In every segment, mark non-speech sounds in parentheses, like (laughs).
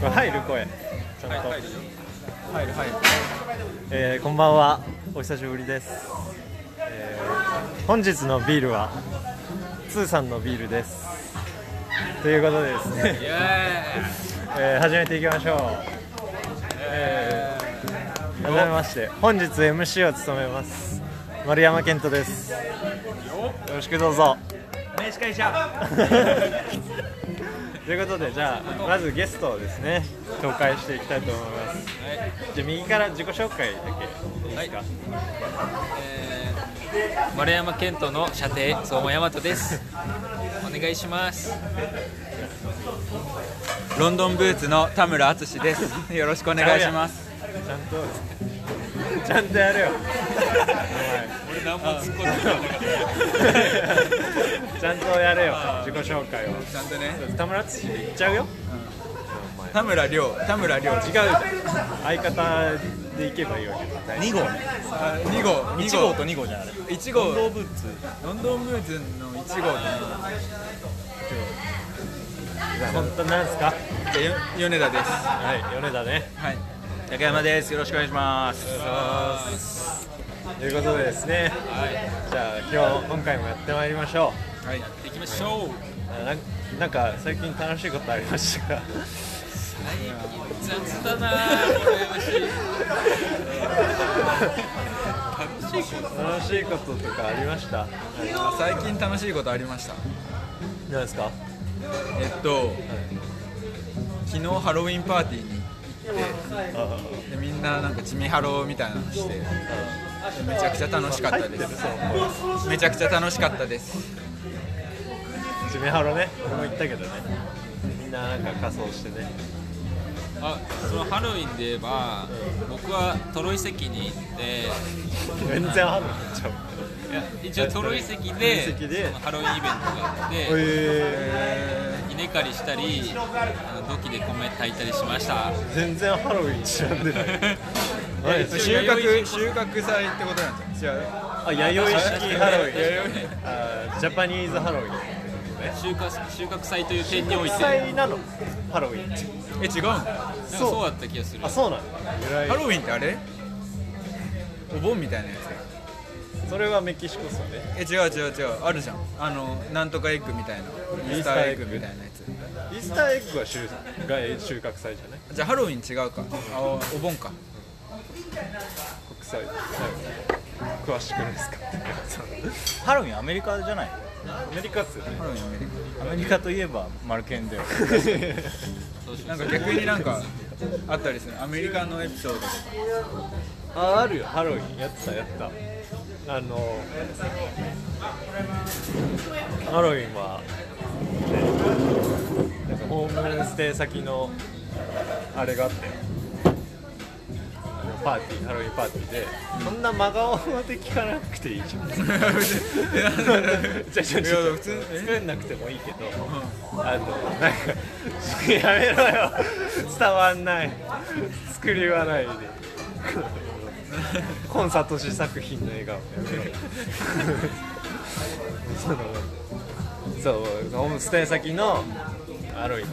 これ入る声ちゃんと、入るよ入る入るえーこんばんはお久しぶりです、えー本日のビールはツーさんのビールですということでですね、イエえー始めていきましょう改めまして本日 MC を務めます丸山健人ですよろしくどうぞーイ名司会者ということでじゃあまずゲストをですね紹介していきたいと思いますじゃあ右から自己紹介だけいいですか、は丸山健人の射程相馬大和ですお願いしますロンドンブーツの田村敦です。よろしくお願いします。ちゃんとちゃんとやれよ俺何も突っ込んでなかったちゃんとやれよ自己紹介をちゃんとね。田村淳で言っちゃうよ田村亮、田村亮、違うじ相方で行けばいいわけだゃん。二号。二号、二号と二号じゃない。一号。ロンドンブーツ。ロンドンブーツの一号。本当なんですかじゃあよ米田です。はい米田ねはい。高山です。よろしくお願いします。ということでですね、じゃあ今日今回もやってまいりましょうはい。行きましょうあななんか最近楽しいことありましたか雑だなー楽しいこととかありました最近楽しいことありました。なんですかえっと。昨日ハロウィンパーティーに行って。で、みんななんか地味ハロみたいなのして。めちゃくちゃ楽しかった入っでてるす。そうめちゃくちゃ楽しかったですジメハロね俺も行ったけどねみんななんか仮装してねあそのハロウィンで言えば僕はトロイ席に行って全然ハロウィンちゃういや一応トロイト席でロイ席でそのハロウィンイベントがあって、え稲刈りしたりあの土器で米炊いたりしましたー、全然ハロウィン知らんで (laughs) ない何収ですか穫収穫祭ってことなんですよ違うあ弥生式ハロウィン弥生あジャパニーズハロウィン収穫収穫祭という点におい実て際なのハロウィンってえ違うのハなんかそうだった気がするあそうなのロウィンってあれお盆みたいなやそれはメキシコっすよねつえ違う違う違うあるじゃんあのなんとかエッグみたいなイースターエッグみたいなやつイースターエッグは収が収穫祭じゃないじゃあハロウィン違うかあおお盆か国際最後詳しくないですかハロウィンアメリカじゃないアメリカっすよねハロウィンアメリカアメリカといえばマルケンだよなんか逆になんかあったりするアメリカのエピソードとか (laughs) ああるよハロウィンやったやったあのハロウィンは、ね、なんかホームステイ先のあれがあってパーティーハロウィンパーティーでそんな真顔で聞かなくていいじゃんじゃじゃいじやゃ普通作んなくてもいいけど、あのなんかやめろよ伝わんない作り笑いでコンサート作品の笑顔やめろよそのそうホームステイ先のハロウィン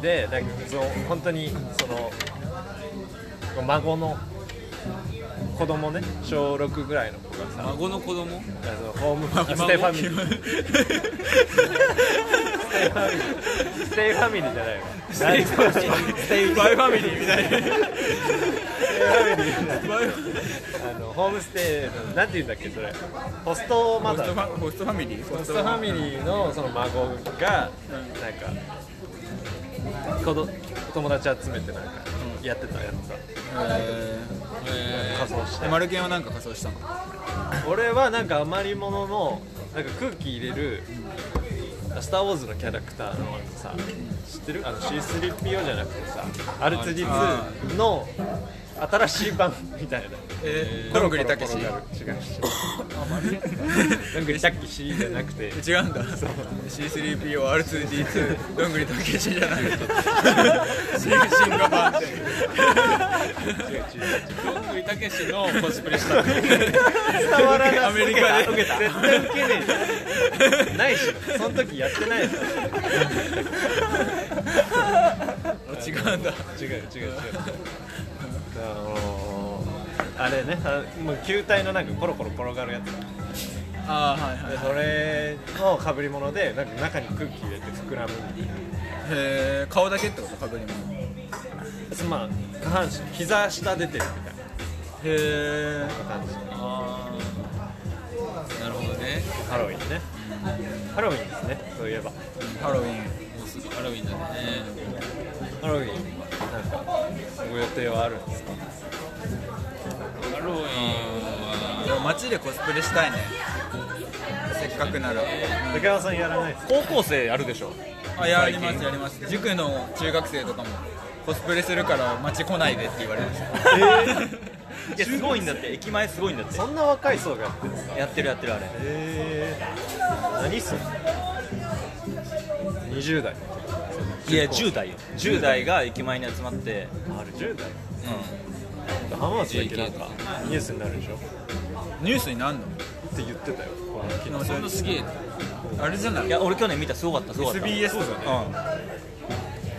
でなんかその本当にその孫の子供ね小6ぐらいの子がさ孫の子供あのホームステイファミリーステイファミリーステイファミリーじゃないわステイファミリーステイファミリーバイファミリーみたいなあのホームステイのなんて言うんだっけそれホストマホスザトーファホストファミリーホストファミリーのその孫がなんか子ど友達集めてなんかやってたやつさええ仮装してーマルケンはなんか仮装したの俺はなんか余り物のなんか空気入れる「スター・ウォーズ」のキャラクターのさ知ってるあの C3PO じゃなくてさ R2D2 の新しい版みたいなえーどんぐりたけし違う違うどんぐりたけしじゃなくて違うんだ C3POR2D2 どんぐりたけしじゃないシンシンガパンー、どんぐりたけしのコスプレした伝わらないアメリカで受けた絶対受けねえないしその時やってないし違うんだ違う違う違うあのーあれねあもう球体のなんかコロコロ転がるやつああはいはいでそれの被り物でなんか中にクッキー入れて膨らむっていうへえ顔だけってことかぶり物へまあ下半身膝下出てるみたいえな感じあなるほどねハロウィンねハロウィンですねそういえばあハロウィンもうすぐハロウィンだねハロウィンなんかご予定はあるんですかハロウィンはでも街でコスプレしたいねせっかくなら竹山さんやらないです高校生やるでしょあやりますやります塾の中学生とかもコスプレするから街来ないでって言われましたいやすごいんだって駅前すごいんだってそんな若い層がやってるやってるやってるあれえー、何それ20代いや10代よ10代が駅前に集まってあれ10代うん浜松だっけなんかニュースになるでしょっニュースになんのて言ってたよこの昨日そんなすげえあれじゃないいや俺去年見たすごかったすごかった SBS とか、うん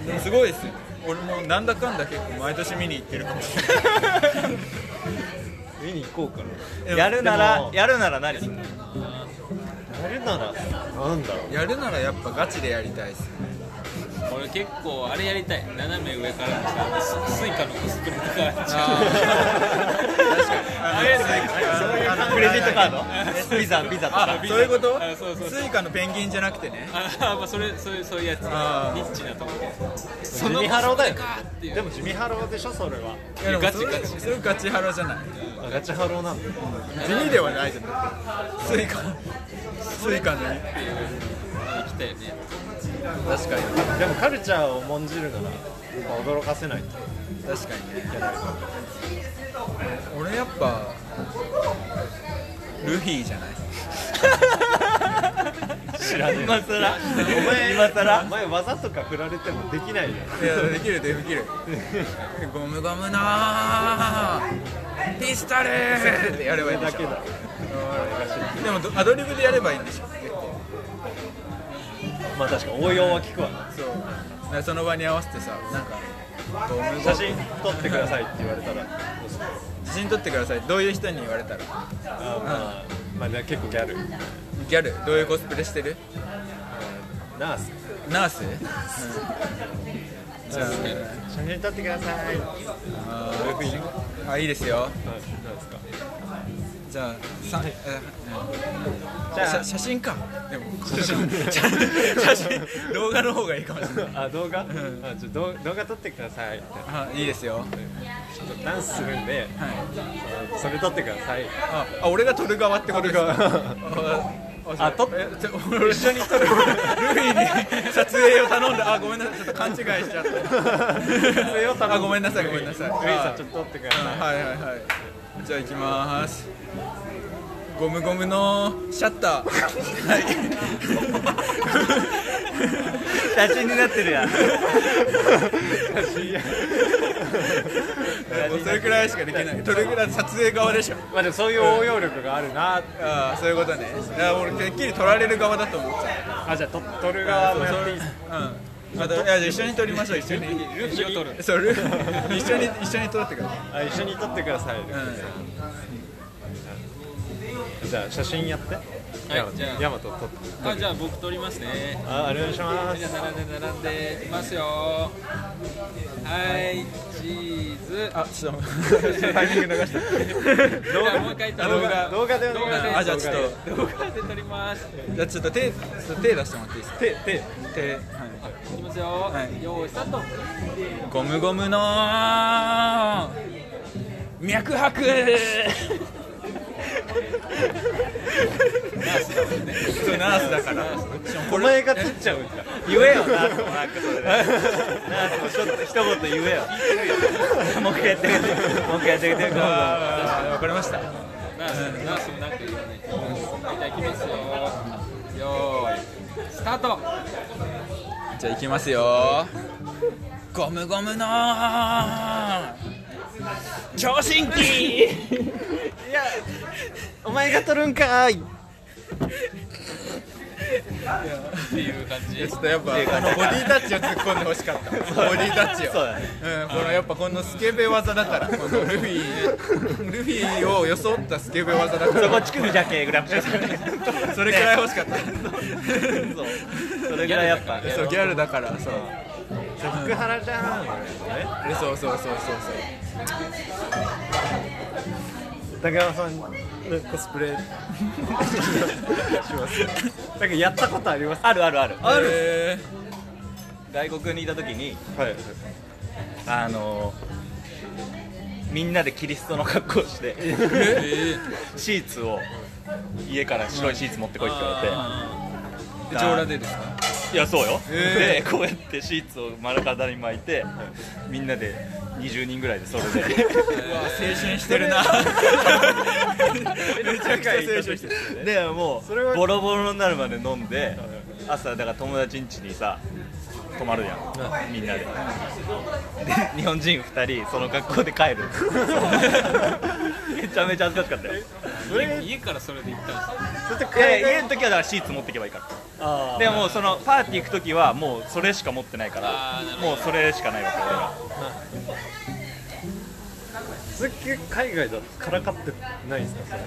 でもすごいですよ俺もなんだかんだ結構毎年見に行ってるかもし見に行こうかれないやるなでらもやるなら何するのなやるならなんだろうやるならやっぱガチでやりたいですね俺結構あれやりたい斜め上からのさススイカのコスプ (laughs) レとかやっちあゃう確かにあれクレジットカードビザビザとかあそういうことあそうそうスイカのペンギンじゃなくてねあーまあそれそういうそういうやつリあーッチなとこ地味ハロだよあーっていうでも地味ハロでしょそれはいやでもガチそれガチそれガチハロじゃないあガチハロなんだ地味ではないじゃないスイカスイカの行きたいよね確かにでもカルチャーを重んじるならやっぱ驚かせないと確かにね俺やっぱルフィじゃない知らねえ今さらお前今さらお前技とか振られてもできないよいやできるできるゴムゴムなピストルってやればいいんでだしけだょでもどアドリブでやればいいんでしょ結構まあ確か応用は聞くわそうだからその場に合わせてさなんかゴムゴム写真撮ってくださいって言われたらどうする写真撮ってくださいどういう人に言われたらあーまあまあ結構ギャルギャルどういうコスプレしてるナースナース、じゃ写真撮ってくださいあルフィはああいいですよいなんですかじゃあさ、えじーゃ写あ写真かでも写真写真動画の方がいいかもしれないあ動画、あちょ動動画撮ってくださいみたいなあいいですよちょっとダンスするんではいあのそれ撮ってくださいああ俺が撮る側ってことですかああ撮っえちょ俺一緒に撮るルフィに撮影を頼んだあごめんなさいちょっと勘違いしちゃったあごめんなさいごめんなさいルフィさんちょっと撮ってくださいあはいはいはいじゃあ行きまーすゴムゴムのシャッターはい写真になってるやんもうそれくらいしかできないそれくらい (laughs) 撮影側でしょまあでもそういう応用力があるなああそういうことねいや俺てっきり撮られる側だと思っちゃうあじゃあと撮る側もやっていいですかうん。あといやじゃあ一緒に撮りましょう一緒に。ルフィを撮るそれ (laughs) 一緒に一緒に撮ってください。あ一緒に撮ってください、うじゃあ写真やってヤマトじゃあヤマト撮ってあじゃあ僕撮りますねあお願いしまじゃすあ並んで並んでいきますよはいチーズあちょっとタイミング流した。じゃあもう一回撮る動画動画だよね動画で (laughs) あじゃあちょっ動画で撮りますとじゃあちょっと手ちょっと手出してもらっていいですか。手手手はい。いきますよ、はいよーいスタートゴムゴムの脈拍。そうナースだから。お前が撮っちゃうんだ言えよナースもなんかそれでナースも (laughs) ちょっと一言言えよもう一回やってくれてもう一回やってくれてあーわかりました。ナースナースもなんか言わないじゃあいきますよよーいスタートじゃあ行きますよゴムゴムの聴診器お前が撮るんかーいっていう感じちょっとやっぱあのボディタッチを突っ込んでほしかったボディタッチをそうだねうん、このやっぱこのスケベ技だからこのルフィルフィを装ったスケベ技だかそこら乳首じゃけえグ (laughs) ラップしてたそれくらい欲しかったそうそれぐらいやっぱそうギャルだからそう福原じゃんでそうそうそうそう竹山さんのコスプレしますなんかやったことありますあるあるあるそうある、え外国にいた時にはいあのみんなでキリストの格好をしてー、えシーツを家から白いシーツ持ってこいって言われて、ー、上裸でですかいやそうよ、えでこうやってシーツを丸体に巻いて、みんなで20人ぐらいで (laughs) それでうわ青春してるなめちゃくちゃ青春してるでもれはうボロボロになるまで飲んで朝だから友達ん家にさ泊まるやんみんなでで日本人2人その格好で (laughs) 帰るめちゃめちゃ恥ずかしかったよそれ家からそれで行ったんですよそれっていやい海や外家の時はだからシーツ持ってけばいいからあでもそのパーティー行く時はもうそれしか持ってないからあーなるほどもうそれしかないわけ俺ーらすっげえ海外だとからかってないですかそれ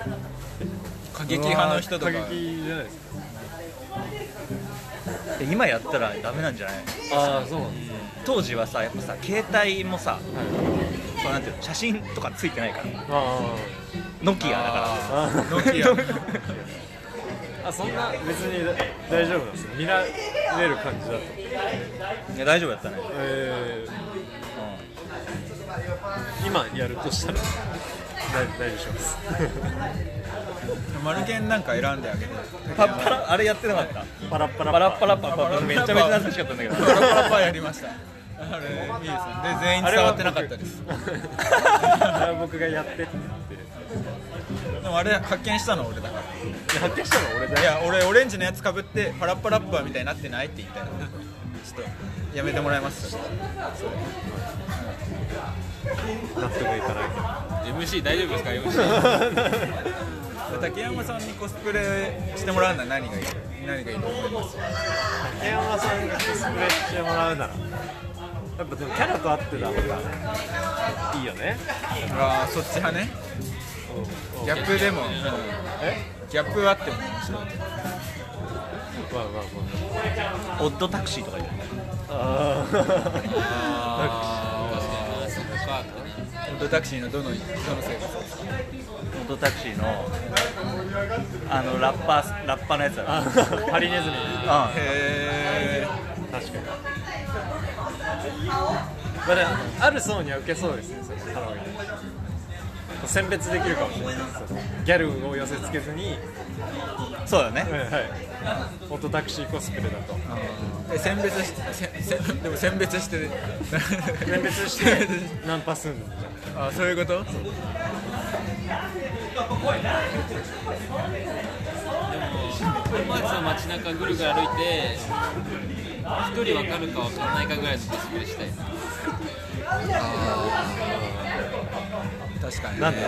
過激派の人とか過激じゃないですかで今やったらダメなんじゃないああそうなんです当時はさやっぱさ携帯もさ、そうなんていうの写真とかついてないからあノキアだかあーノキアあそんな別に大丈夫なんですね見られる感じだとらいや大丈夫やったね、えうー、今やるとしたら大大丈夫しますマルケンなんか選んであげてん、パッパラあれやってなかったパラッパラパラッパラッパパめちゃめちゃ懐かしかったんだけどパラパラパやりましたあれいいですねで全員伝わってなかったですあれは僕がやってってでもあれ発見したの俺だから発見したの俺だいよや俺オレンジのやつかぶってパラッパラッパーみたいになってないって言ったらちょっとやめてもらえますそれ納得いかない MC 大丈夫ですか MC 竹山さんにコスプレしてもらうのは何がいい何がいいと思います竹山さんがコスプレしてもらうならやっぱでもキャラと合ってた方がいいよねああそっち派ねギャップでもえギャップあっても面白いまあまあまオッドタクシーとか言ってあああーそっかオートタクシーのどのどのせいかオッドタクシーのあのラッパーラッパーのやつだろーハリネズミうへえ確かにまあでもある層には受けそうですねそのハロウィン選別できるかもしれないそのギャルを寄せつけずに、んそうだねはいはい、オトタクシーコスプレだ (laughs) と選別してせせでも選別して選別してナンパすんのじ (laughs) あそういうこと浜松の街中ぐるぐる歩いて一人分かるか分かんないかぐらいのコスプレしたいな確かにねなんだ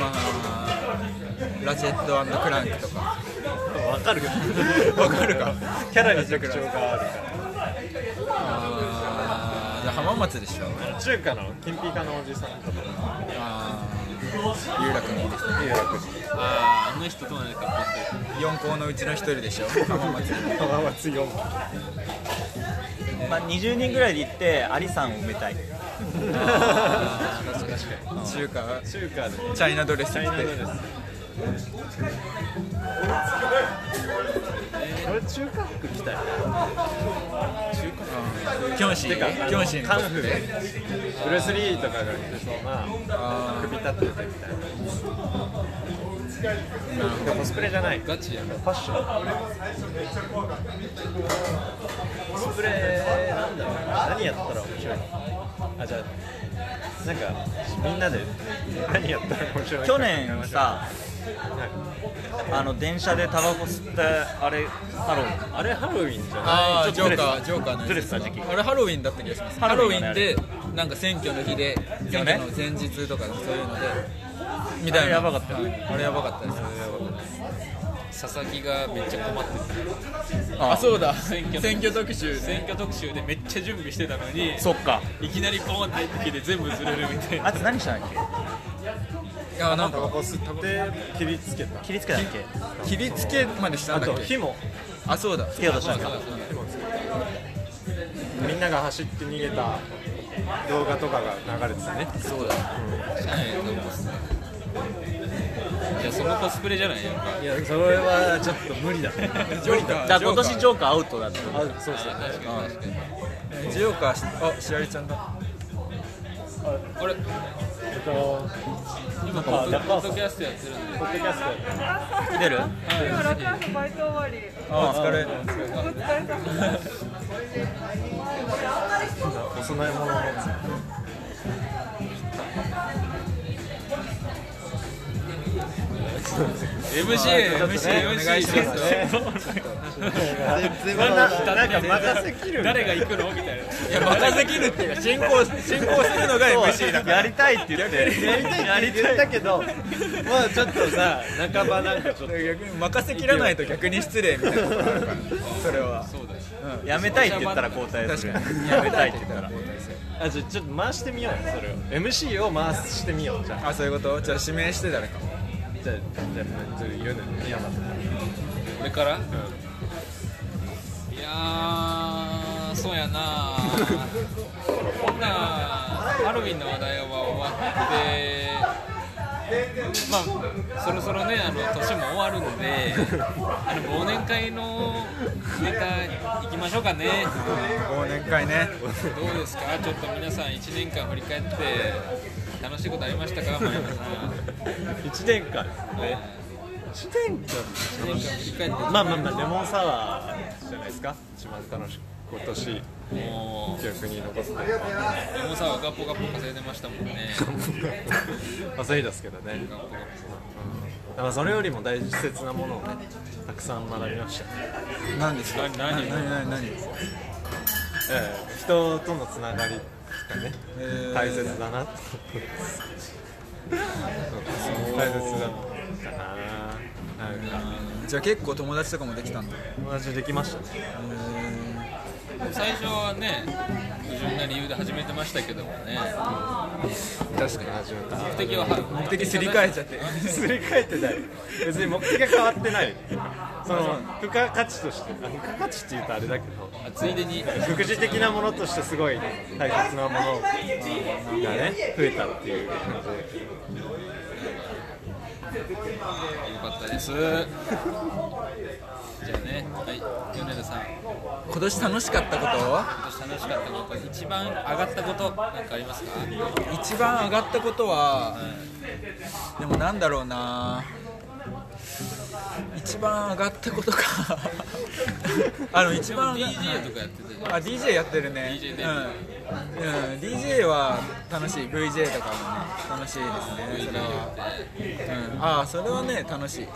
まあラチェットクランクとかゃあ分 (laughs) かるけわかるかキャラに特徴があ (laughs) るかあーじゃあ浜松でしょら中華の金ピカのおじさん (laughs) とかああ有楽の有楽町あーあの人どうなるか分かんない四校のうちの一人でしょ浜松浜松4期まあ、20人ぐらいで行ってアリさんを埋めたい中華 (laughs) 中華 (laughs) でチャイナドレス着てこれ中華服着たいキョンシてかーキョンシーにカンフーブルース・リーとかが着てそうなあ首立っててみたいなでもコスプレじゃないフガチやんァッションコスプレなんだろう何やったら面白いあじゃあなんかみんなで何やったら面白いか去年さあの電車でタバコ吸ってあれハロウィンあれハロウィンじゃないあーちジょっョとーカージョーカーのやつですかずれてた時期あれハロウィンだった気がしますハハロロウウィンだねィンでなんか選挙の日で選挙の前日とかそういうのでみたいなあれやばかったよはいあれやばかったです佐々木がめっちゃ困ってあそうだ選挙選挙特集て選挙特集でめっちゃ準備してたのにそっかいきなりポンって一気で全部ずれるみたいなあと何したんだっけいやなんタバかコ吸って切りつけた切りつけたんだっけ切りつけまでしたあんだとっ火けもあそうだつけようとしたんだ火もつけたみんなが走って逃げた動画とかが流れてたねそうだいやそのコスプレじゃないやっぱいやそれはちょっと無理だジョーカーじゃあ今年ジジョーカーアウトだったあそうそう確かに確かにョーカーしあしありちゃんだあれえっと今ポあッドやっぱポッドキャストやってるんでポッドキャスト出る今楽屋さんバイト終わり。あお疲れお疲れ様。お供え物のやつちょっと MC ねお願いします MC 全然なんか任せきる誰が行くのみたいないや任せきるっていうか進行進行するのが MC だから (laughs) やりたいって言ってやりたいって言ったけどまあちょっとさ半ばなんかちょっと逆に任せきらないと逆に失礼みたいなとこあるからそれはそうだよやめたいって言ったら交代す確るかにやめたいって言ったらあじゃあちょっと回してみようよそれを MC を回してみようじゃああそういうことじゃあ指名して誰かじゃあじゃあちょっと言うのに嫌だ俺から、いやーそうやなこんなハロウィンの話題は終わってまあそろそろねあの年も終わるのであの忘年会のネタ行きましょうかね忘年会ねどうですかちょっと皆さん1年間振り返って楽しいことありましたか前山さん1年間ね1年1年間振り返って間まあまあまあレモンサワーじゃないですか一番楽しく今年も記憶に残ってるのはうでもさガポガポ稼いでましたもんね (laughs) 忘れですけどねガポガポまあそれよりも大切なものをねたくさん学びました何ですか何何何何何ええ人とのつながりがね、えー大切だなと思ってますうん大切だったかななんかじゃあ結構友達とかもできたんだ友達できましたね最初はね不純な理由で始めてましたけどもね確かに始めた目的は目目的 (laughs) すり替えちゃって (laughs) すり替えてない別に目的が変わってないその付加価値としてあ付加価値って言うとあれだけどあついでに副次的なものとしてすごい大切なものがね増えたっていう感じで良かったですじ (laughs) ゃあねはい米田さん今今年楽しかったこ年楽しかったこと一番上がったことなんかありますかと一番上がったことはでもなんだろうな一番上がったことか (laughs) あの一でも番 DJ とかやってたじゃんあ DJ やってるね DJ ねうん、うん、DJ は楽しい VJ とかもね楽しいですねそれは、うん、ああそれはね楽しい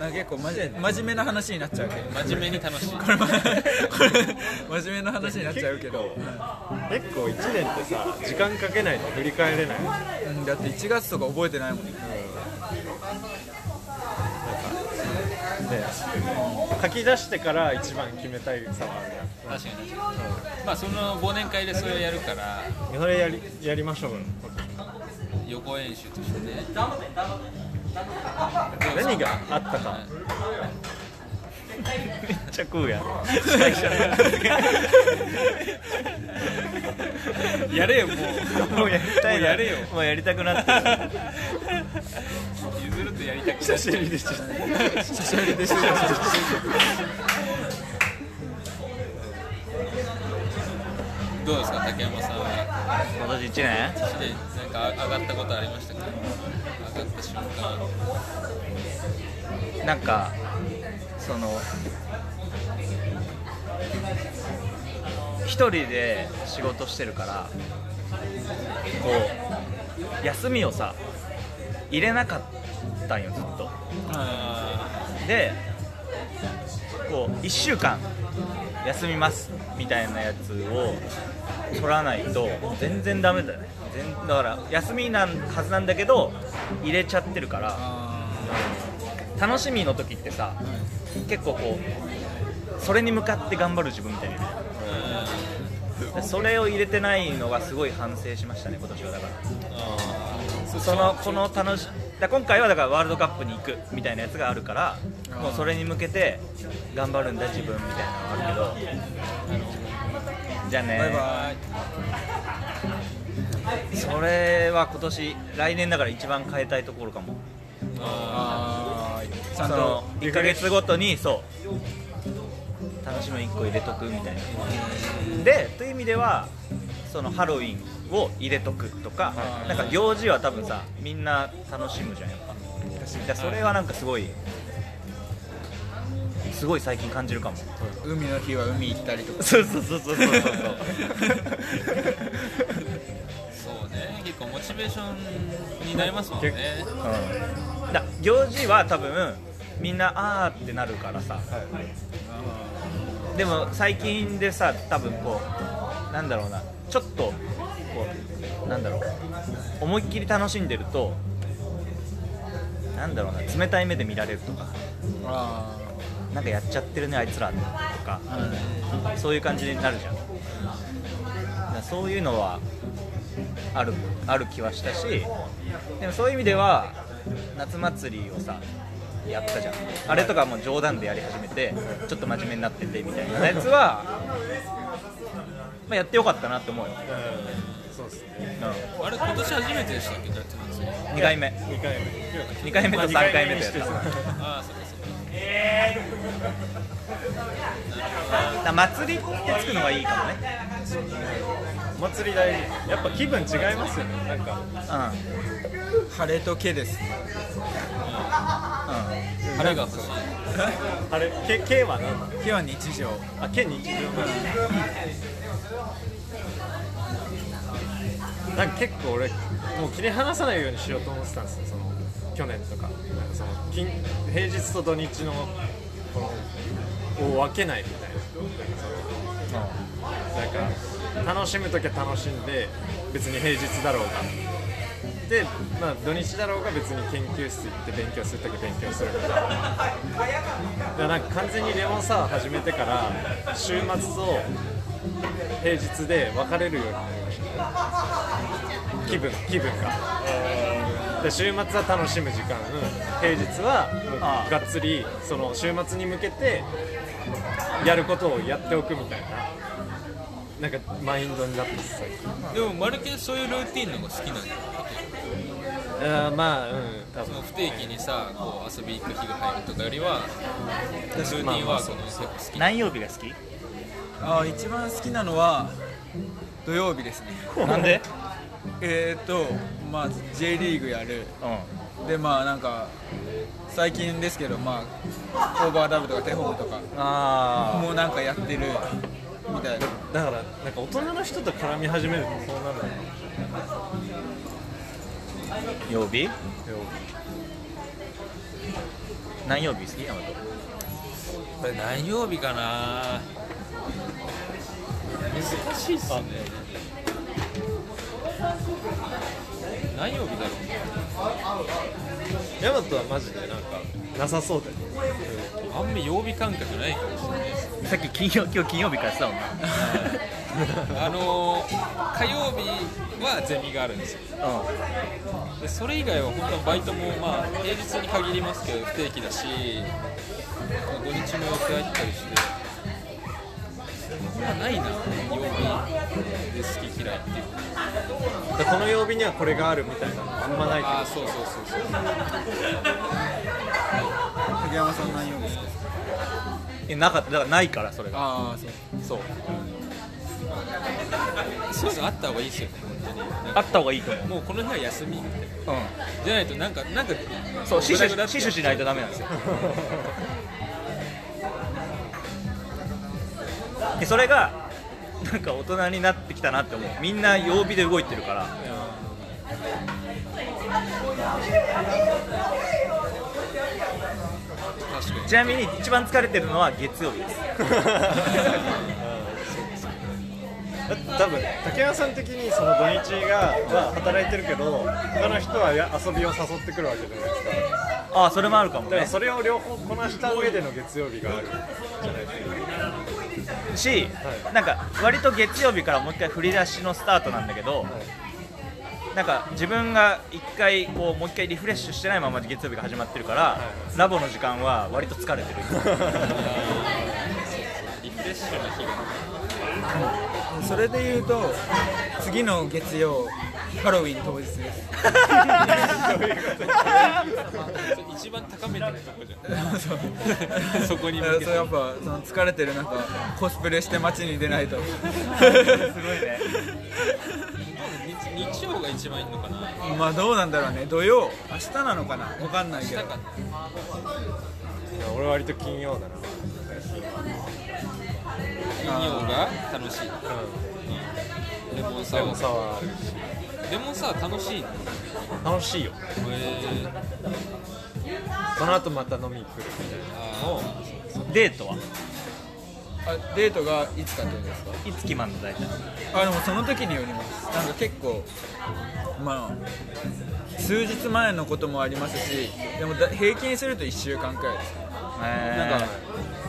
なんか結構まじ真面目な話になっちゃうけど (laughs) 真面目に楽しいこれまこれ真面目な話になっちゃうけど、結構1年ってさ時間かけないと振り返れないうん、だって1月とか覚えてないもんねね、書き出してから一番決めたいさはあるや確かに確かにまあその忘年会でそれをやるからんそれやりやりましょうよ予行演習としてね何があったかめっちゃ食うやんやれよもうもうやりたいなもうやれよもうやりたくなってる譲るとやりたくなっちゃう久しぶりでしょどうですか竹山さんは今年1年でなんか上がったことありましたか上がった瞬間なんかその一人で仕事してるからこう休みをさ入れなかったんよずっとでこう1週間休みますみたいなやつを取らないと全然ダメだね全だから休みなんはずなんだけど入れちゃってるから楽しみの時ってさ、結構こうそれに向かって頑張る自分みたいなのいるじゃんでそれを入れてないのがすごい反省しましたね今年はだからそのこの楽しだから今回はだからワールドカップに行くみたいなやつがあるからもうそれに向けて頑張るんだ自分みたいなのがあるけどじゃあねバイバイそれは今年来年だから一番変えたいところかもあーちゃそんとの1ヶ月ごとにそう楽しみ1個入れとくみたいなでという意味ではそのハロウィンを入れとくとかなんか行事は多分さみんな楽しむじゃんやっぱだからそれはなんかすごいすごい最近感じるかも海の日は海行ったりとかそうそうそうそうそう (laughs) そうそうね結構モチベーションになりますもんうねんだ行事は多分みんなあーってなるからさ、でも最近でさ多分こうなんだろうなちょっとこうなんだろう思いっきり楽しんでるとなんだろうな冷たい目で見られるとかあなんかやっちゃってるねあいつらとか、そういう感じになるじゃんだからそういうのはあるある気はしたしでもそういう意味では夏祭りをさやったじゃんあれとかもう冗談でやり始めてちょっと真面目になっててみたい (laughs) なやつは、まあ、やってよかったなって思うよ、そうですねうあれ今年初めてでしたっけ夏祭りん、2回目2回目2回目と3回目と (laughs) やったまあ二回目にしてさああそうかそうかだから祭りってつくのがいいかもねお祭り大事やっぱ気分違いますよねなんかうんー晴れとけです晴れが欲しいあれけけは何なの日は日常あけ日常なんか結構俺もう切り離さないようにしようと思ってたんですよその去年とかなんかその金平日と土日のこのを分けないみたいななんかそのなんか楽しむ時は楽しんで別に平日だろうがで、まあ、土日だろうが別に研究室行って勉強する時は勉強するみたいな。だからなんか完全にレモンサワー始めてから週末と平日で分かれるようになりました気分気分がで週末は楽しむ時間平日はもうがっつりその週末に向けてやることをやっておくみたいななんかマインドになってます最近でもマルケンそういうルーティンのが好きなんだよあーまあうん多そ分の不定期にさこう遊び行く日が入るとかよりはルーティンワークの方が好き何曜日が好きあー一番好きなのは土曜日ですね (laughs) なんで、えー、っとまあ J リーグやるうんでまあなんか最近ですけどまあオーバーラブとかテホームとかあもうなんかやってるみたいなあだからなんか大人の人と絡み始めるとそうなるの曜日よ何曜日好きなことこれ何曜日かな難しいっすね何曜日だろヤマトはマジでなんかなさそうだよねうあんま曜日感覚ないかもしれないですさっき金曜今日金曜日からさお前あのー、火曜日はゼミがあるんですよでそれ以外は本当はバイトもまあ平日に限りますけど不定期だしまあ土日も予定入ったりしてそんなないな曜日で好き嫌いっていうでこの曜日にはこれがあるみたいなのあんまないああそうそうそうそう竹山さん何曜日ですかえなかっただからないからそれがああそうそうそういうのあった方がいいですよね本当になんあかった方がいいと思もうこの日は休みみたいなう、じゃないとなんかなんかうん、そう死ぐだぐだ守って死守しないとダメ (laughs) なんですよでそれがなんか大人になってきたなって思うみんな曜日で動いてるから確かにちなみに一番疲れてるのは月曜日ですだ多分竹山さん的にその土日がは働いてるけど他の人はや遊びを誘ってくるわけじゃないですかああそれもあるかもだからねそれを両方こなした上での月曜日があるじゃないですかし、はなんか割と月曜日からもう一回振り出しのスタートなんだけど、なんか自分が一回こうもう一回リフレッシュしてないまま月曜日が始まってるから、ラボの時間は割と疲れてるリフレッシュな日がそれで言うと次の月曜ハロウィン当日です一番高めてるとこじゃん (laughs) そうそこに向けて (laughs) そうやっぱその疲れてる中コスプレして街に出ない (laughs) とすごいね日日曜が一番いいのかなまあどうなんだろうね土曜明日なのかなわかんないけどだからいや俺割と金曜だな金曜が楽しい、レモンサでワもーさレモンサワー楽しいの楽しいよえー、その後また飲みに来るみたいあデートはあデートがいつかってことですかいつ決まんの大体あでもその時によりますなんか結構まあ数日前のこともありますしでもだ平均すると1週間くらいですななんか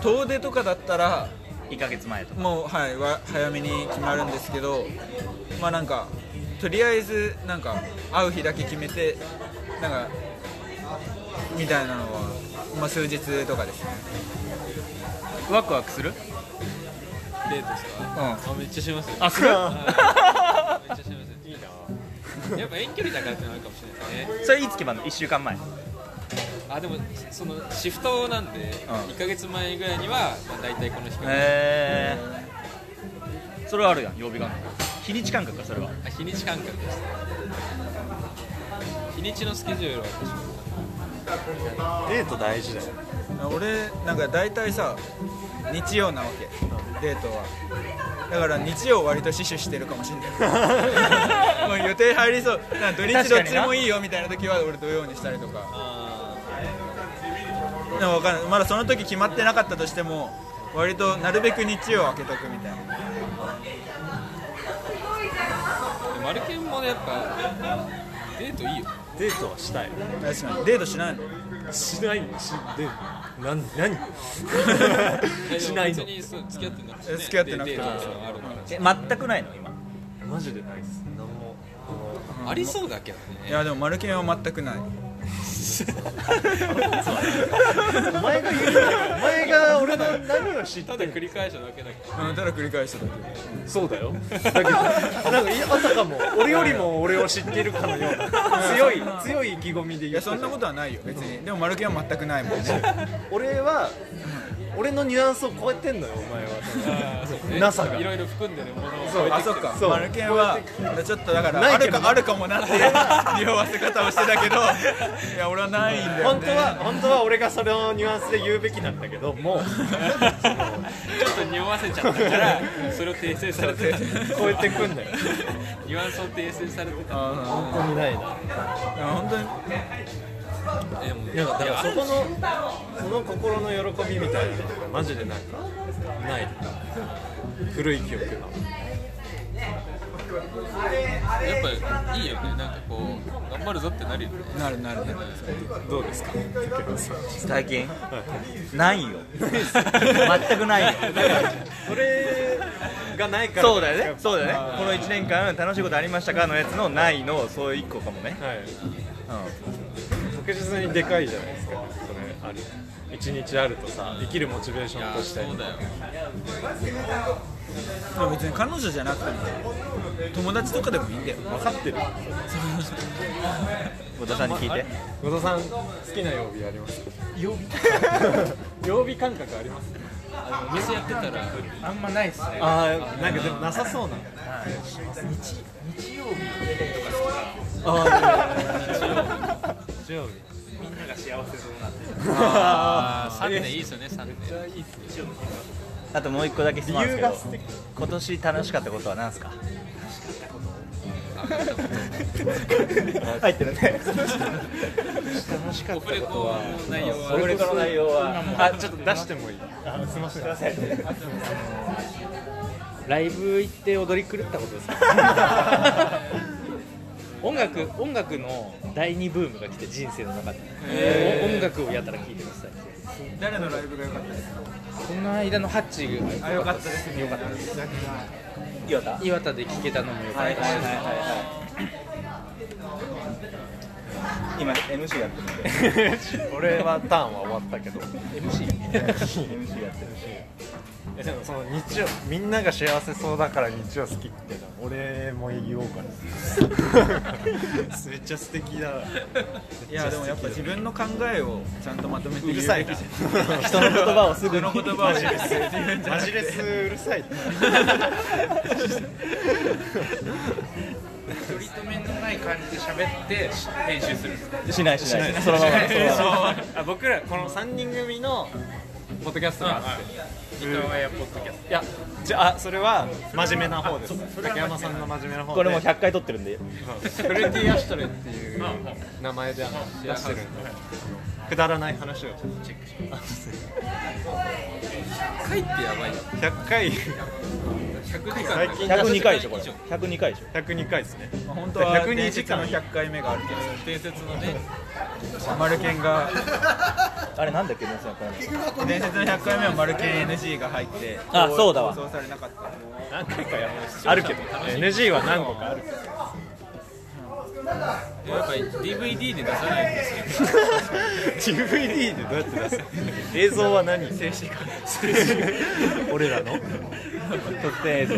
遠出とかだったら1ヶ月前とかもうはいわ早めに決まるんですけどまあなんかとりあえずなんか会う日だけ決めてなんかみたいなのは、まあ、数日とかですねワクワクするーデートですうかんあめっちゃしますよあするはいめっちゃしますいいなやっぱ遠距離だからってのあるかもしれないですねそれいつ決まんの1週間前あでもそのシフトなんで、うん一1か月前ぐらいには、まあ、大体この日から、へえそれはあるやん曜日が日にち感覚かそれはあ日にち間隔でした日にちのスケジュールは私もなデート大事だよ俺なんか大体さ日曜なわけデートはだから日曜割と死守してるかもしれないもう予定入りそうなんか土日どっちでもいいよみたいな時は俺土曜にしたりとかあでも分かんないまだその時決まってなかったとしても割となるべく日曜空けとくみたいなーでマルケンもねやっぱデートいいよデートはしたい確かにデートしないのしないしでなんや何 (laughs) しないでのも別にそう付き合ってなくて、え付き合ってなくてデートっていうのはあるからえ全くないの今マジでないっす何もありそうだけどいねやでも丸ンは全くないお前が言うお前が俺の何を知っただ繰り返しただけだけどうんただ繰り返しただけそうだよだけどなんかいあたかも俺よりも俺を知っているかのような強い強い意気込みでい言やったそんなことはないよ別にでも丸ンは全くないもんね俺は俺のニュアンスを超えてんのよお前はあーそうね NASA がいろいろ含んでるものをそうあそっかそう丸ンはちょっとだからなあいけるどかあるかもなっていう匂わせ方をしてたけど (laughs) いや俺はないんだよ、ね、本当は本当は俺がそれのニュアンスで言うべきなんだけどもうちょっと匂わせちゃったからそれを訂正されてた超えてくんだよニュアンスを訂正されてたあ本当にないなーいや本当にえでもいなやんかだからそこのその心の喜びみたいなのがマジでなんかない古い記憶がやっぱいいよねなんかこう頑張るぞってなるよねなるなるなるどうですか武田さん最近ないよ全くないよそれがないからそうだよねそうだよねこの1年間楽しいことありましたかのやつのないのそういう1個かもねはいうん確実にでかいじゃないですかそれある一日あるとさ生きるモチベーションとしてそうだよまあ別に彼女じゃなくても友達とかでもいいんだよ分か (laughs) ってる後藤さんに聞いて後藤さん好きな曜日あります曜日曜日感覚ありますあの店やってたらあんまないっすねああなんかでもなさそうな日曜日あー3年いいですよね3年あともう1個だけ質問あるんですけど今年楽しかったことは何すか (laughs) 入ってるね楽しかオっフレコの内容はた俺の内容はあちょっと出してもいい (laughs) (laughs) ライブ行って踊り狂ったことですかあ音楽音楽の第二ブームが来て人生の中で、お音楽をやたら聴いてました誰のライブが良かったですかこの間のハッチがあ良かったですね良かったです岩田岩田で聴けたのも良かったし、今 MC やってるんで俺はターンは終わったけど MC MC やってるしえでもその日曜みんなが幸せそうだから日曜好きってのは俺も言おうかなめっちゃ素敵だいやでもやっぱ自分の考えをちゃんとまとめて言うべきじゃんうるさいな人の言葉をすぐ人の言葉を (laughs) 自分じゃマなジくてレスうるさい取り留めのない感じで喋って編集するんですねしないしなしいないそのままそのままあ僕らこの3人組のポッドキャストがあって伊藤やポッドキャスいやじゃあそれは真面目な方です竹山さんの真面目な方でこれもう100回撮ってるんでフルーティーアシュトレっていう名前で出してるんでくだらない話をチェックしますト書いてやばいよ100回100時間最だ近102回でしょこれ102回でしょ102回ですねまあ本当は102 102時間の100回目があるけ伝説のねどマルケンが (laughs) あれなんだっけねそのこの伝説の100回目はマルケン NG が入ってあそうだわ放送されなかった何回かやりましたあるけど NG は何個かあるやっぱり DVD で出さないんですよ DVD でどうやって出す映像は何静止画俺らの特典映像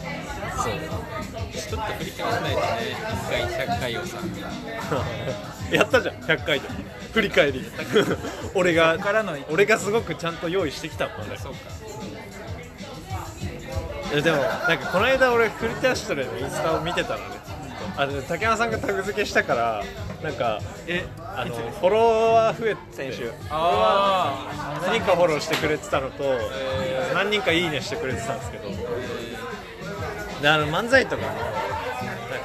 ちょっと振り返らないとね1回100回をさやったじゃん100回で振り返り俺がからの俺がすごくちゃんと用意してきたもんねそうかいやでもなんかこの間俺クリティアシュトレのインスタを見てたらねあの竹山さんがタグ付けしたからなんかえあのフォロワー増えて先週あ何人かフォローしてくれてたのと、何人かいいねしてくれてたんですけど、であの漫才とかもなんか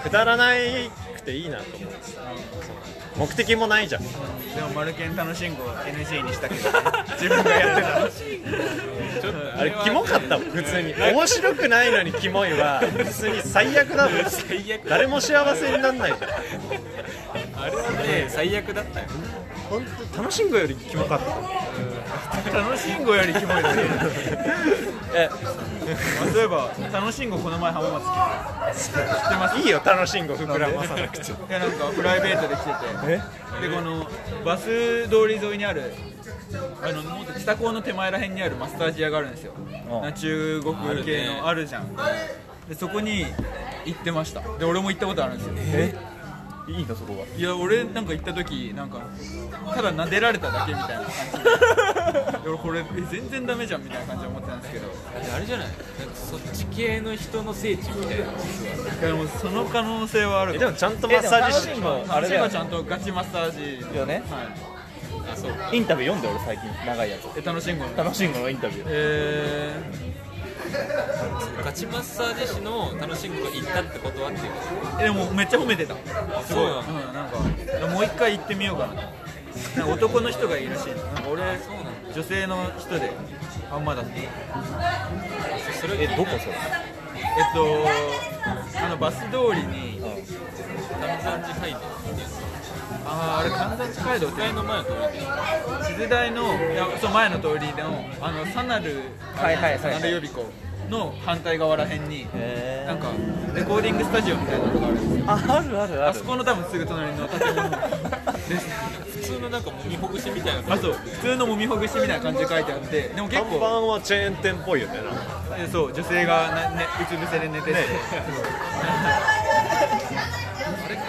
くだらないくていいなと思ってさその目的もないじゃんあでもマルケン楽しんご NG にしたけ (laughs) ど、ね、自分がやってあれキモかったもん普通に面白くないのにキモいは普通に最悪だもん誰も幸せになんないじゃんね最悪だったよ本当楽しんごよりキモかったた楽しんごよりキモいだねそういえば楽しんごこの前浜松来いいよ楽しんご膨らまさなくてていやなんかプライベートで来ててでこのバス通り沿いにあるあのもっと北高の手前ら辺にあるマッサージ屋があるんですよ、な中国系のあるじゃん、でそこに行ってましたで俺も行ったことあるんですよいいのそこいや俺なんか行った時なんかただ撫でられただけみたいな感じで俺これえ全然ダメじゃんみたいな感じで思ってたんですけどあれじゃないなんかそっち系の人の聖地みたいなでもその可能性はあるでもちゃんとマッサージ師えでも楽しんごあれだよ私はちゃんとガチマッサージだよねはいはインタビュー読んで俺最近長いやつえ楽しんごの楽しんごのインタビューえガチマッサージ師の楽しむこと行ったってことはっていうー、でもめっちゃ褒めてたすごいうんなんかもう一回行ってみようかななんか男の人がいいらしいなんか俺そうなんだ女性の人であんまだったそれを聞いえたどこそれえっとあのバス通りに南山寺街道あああれ神崎街道って1階の前を通りで地図台のいやそう前の通りのあのサナルはいはいはいサナル予備校の反対側らへんにへなんかレコーディングスタジオみたいなのがあるんですよああるあるああるそこの多分すぐ隣の建物です普通のなんかもみほぐしみたいなとこあそう普通のもみほぐしみたいな感じで書いてあってでも結看板構はチェーン店っぽいよねなんかえそう女性がな、ね、うつ伏せで寝てて、あれか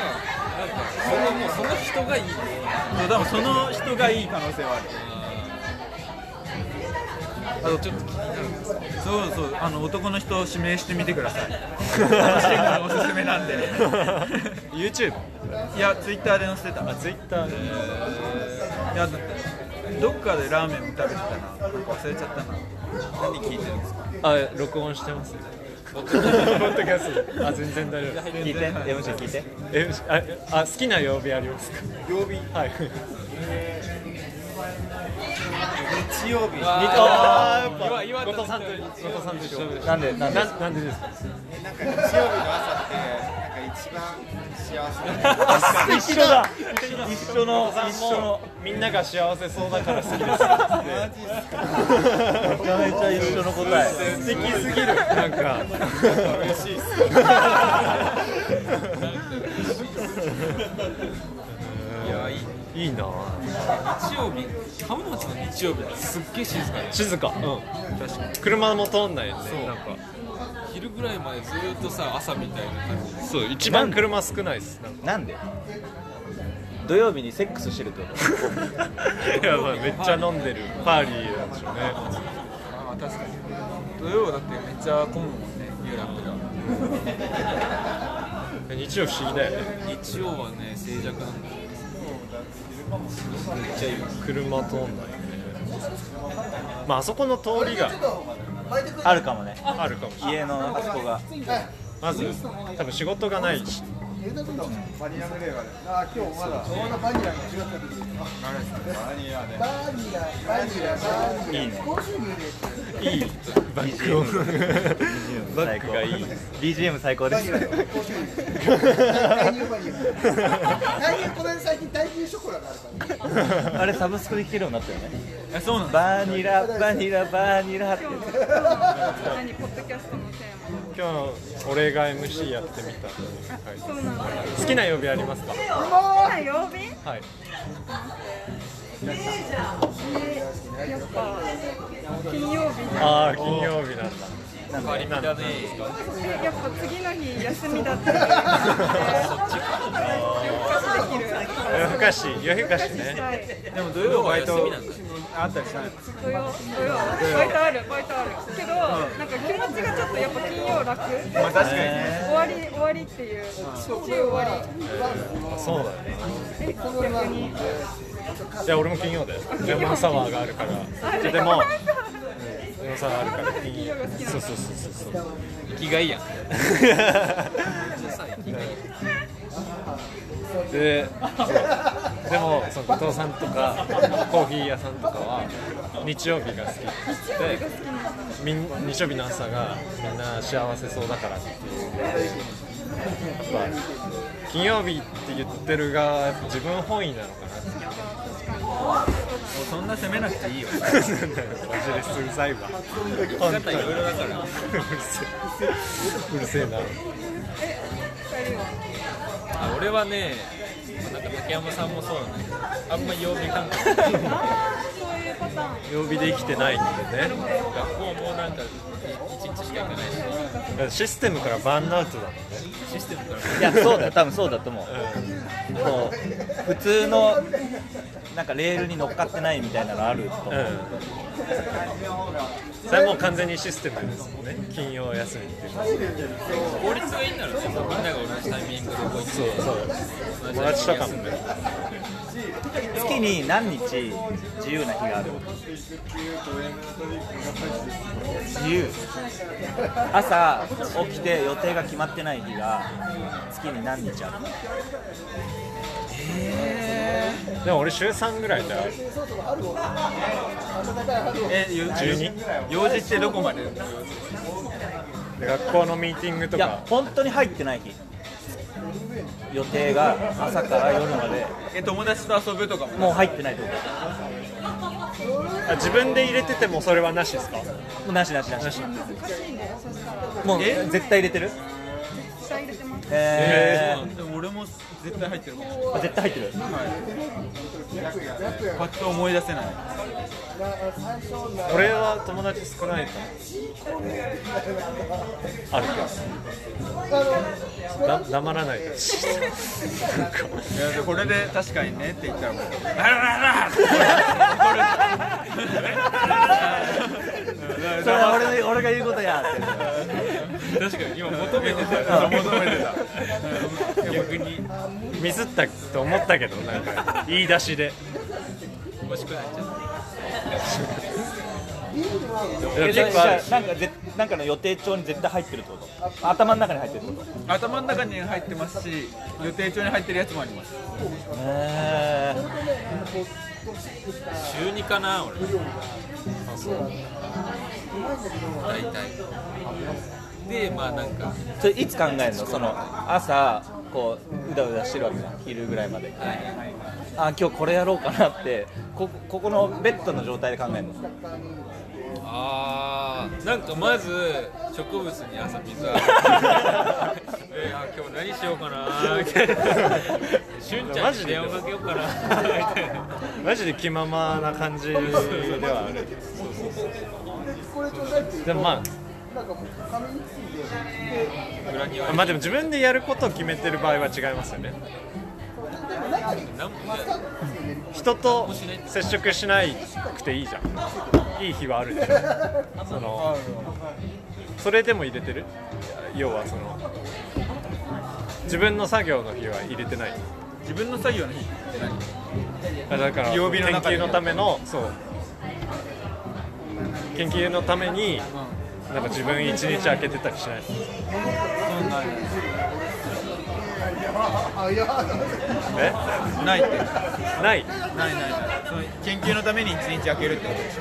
なんかそのもうその人がいいそう多分その人がいい可能性はあるあとちょっと気になるそうそうあの男の人を指名してみてください楽しいからおすすめ (laughs) なんで YouTube いやツイッターで載せてたあ Twitter でいやだってどっかでラーメンも食べてたななんか忘れちゃったな何聞いてるんですかあ録音してますよポッドキャストあ全然大丈聞いて MC 聞いて夫えああ好きな曜日ありますか曜日はい日曜日ああー岩やっぱ岩田後藤さんと後藤さんと一緒ですなんでなんでなんでですかなんか日曜日の朝ってなんか一番幸せな一緒だ一緒の一緒のみんなが幸せそうだから好きですマジっすかめちゃめちゃ一緒の答え素敵すぎるなんか嬉しいっすいやいいいいな日曜日浜松の日曜日ってすっげえ静かで静かうん確かに車も通んないよそうねなんか昼ぐらいまでずーっとさ朝みたいな感じそう一番車少ないですなんかなんで土曜日にセックスしてるってこといやまあめっちゃ飲んでるパーリーなんでしょうねああ確かに土曜だってめっちゃ混むもんね有楽が日曜不思議だよね日曜はね静寂なんだよ車通んないねまああそこの通りがあるかもねあるかもしれない家のあそこがまず多分仕事がないしバニラフレーバーですあ今日まだちょうどバニラが違った時バニラねバニラバニラバニラいいいいねバックをバックがいい BGM 最高です大乳バニラ大乳この間最近大乳ショコラがあるからねあれサブスクで聴けるようになったよねえそうなんだバニラバニラバニラって今日何ポッドキャストのテ今日の俺が MC やってみたーマそうなんだよ好きな曜日ありますか好きな曜日はいやっぱ金曜日じゃんああ金曜日なんだなんかなんだねえやっぱ次の日休みだったら夜更かしできる夜更かし夜更かしねはいでも土曜バイト土曜は休みなんだあったりしたない土曜土曜バイトあるバイトあるけどなんか気持ちがちょっとやっぱ金曜楽まあ確かにね終わり終わりっていう週終わりそうだよねえ逆にいや俺も金曜だよレモンサワーがあるからあでもなんかレモンサワーあるから金曜金曜が好きなんだそうそうそうそうそう生きがいやんでそうでもその後藤さんとかコーヒー屋さんとかは日曜日が好きでみん日曜日の朝がみんな幸せそうだからっていうやっぱ金曜日って言ってるが自分本位なのかなってそんな責めなくていいよマジですうるさいわ本当にうるせ (laughs) (laughs) えうるせえな二人はあ俺はねなんか竹山さんもそうなんだけどあんま曜日感覚ないあーそういうパターン曜日で生きてないんでね学校もなんか一日しか行かないしだからシステムからバーンアウトだもんねシステムからいやそうだよ多分そうだと思うこう普通のなんかレールに乗っかってないみたいなのあると思ううん、それはもう完全にシステムですもんね金曜休みっていうのは効率がいいんだろうねみんなが同じタイミングで動いてそうそう友達とかもね月に何日自由な日がある自由朝起きて予定が決まってない日が月に何日あるでも俺週3ぐらいだよえよ12用事ってどこまでで学校のミーティングといやか本当に入ってない日予定が朝から夜までえ友達と遊ぶとかももう入ってないとこあ自分で入れててもそれはなしですかもうなしなしなしもうえ絶対入れてる下入れてますえでも俺も絶対入ってるかもー、あ絶対入ってるパッと思い出せない俺は友達少ないからあるけどだ黙らないからいやでこれで確かにねって言ったらもう「あららら!」それは俺の俺が言うことやって確かに今求めてた怒る求めてた逆にミスったと思ったけどなんか言い出しで欲しくなっちゃっでもじゃ結構あるあなんかぜなんかの予定帳に絶対入ってるってこと頭の中に入ってるってこと頭の中に入ってますし予定帳に入ってるやつもありますへえ週2かな俺大体でまあなんかそれいつ考えるのその朝こううだうだしてるわけじゃん昼ぐらいまで、あ今日これやろうかなってこここのベッドの状態で考えるのあーなんかまず植物に朝水あげて (laughs) えーあ今日何しようかなーみたいなしゅんちゃんに電話かけようかなーみたいなマジで気ままな感じではあるでもま裏庭あにまあでも自分でやることを決めてる場合は違いますよね何もない人と接触しなくていいじゃんいい日はあるでしょそのそれでも入れてる要はその自分の作業の日は入れてない自分の作業の日あだから研曜日の中で究のためのそう研究のためになんか自分一日空けてたりしないえないってないないないないその研究のために一日開けるってことでし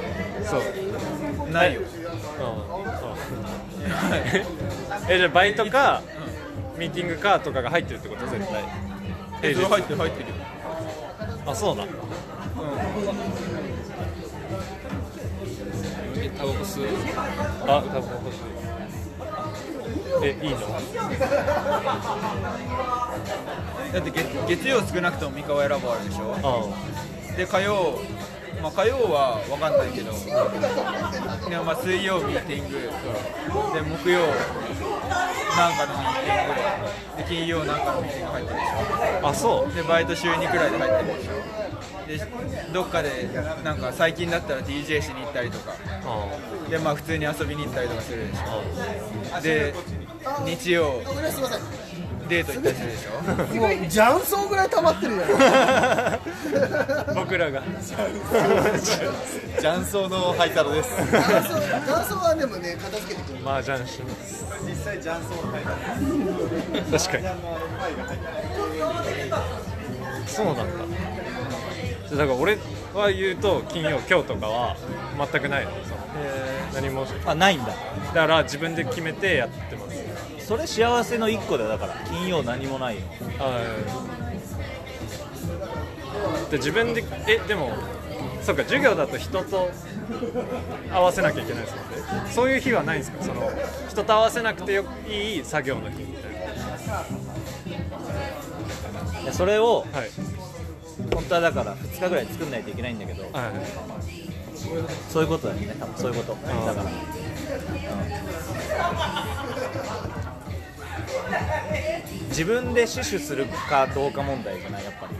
そうょないよえじゃあバイトかミーティングかとかが入ってるってこと絶対えそ平れ日入ってる入ってるよあそうなんだえタバコ吸うあ多分欲しいえいいのだって月月曜少なくとも三河選ばあるでしょあで火曜まあ火曜は分かんないけどでまあ水曜ミーティングで木曜なんかのミーティングで金曜なんかのミーティング入ってるでしあそうょでバイト週2くらいで入ってるでしょでどっかでなんか最近だったら DJ しに行ったりとかあでまあ普通に遊びに行ったりとかするでしあょで日曜デート行ったりするでしょもう雀荘ぐらい溜まってるじゃん僕らが雀荘のハイタロです雀荘雀荘はでもね片付けてくる麻雀します実際雀荘の入る確かにそうなんだだから俺は言うと金曜今日とかは全くないのその何もあないんだだから自分で決めてやってますそれ幸せの一個だよだから金曜何もないよはいで自分でえでもそうか授業だと人と合わせなきゃいけないですもんねそういう日はないんですかその人と合わせなくてよいい作業の日みたいいやそれをなはい本当はだから2日ぐらい作んないといけないんだけどはいそういうことだよね多分そういうことだからうん自分で死守するかどうか問題じゃないやっぱり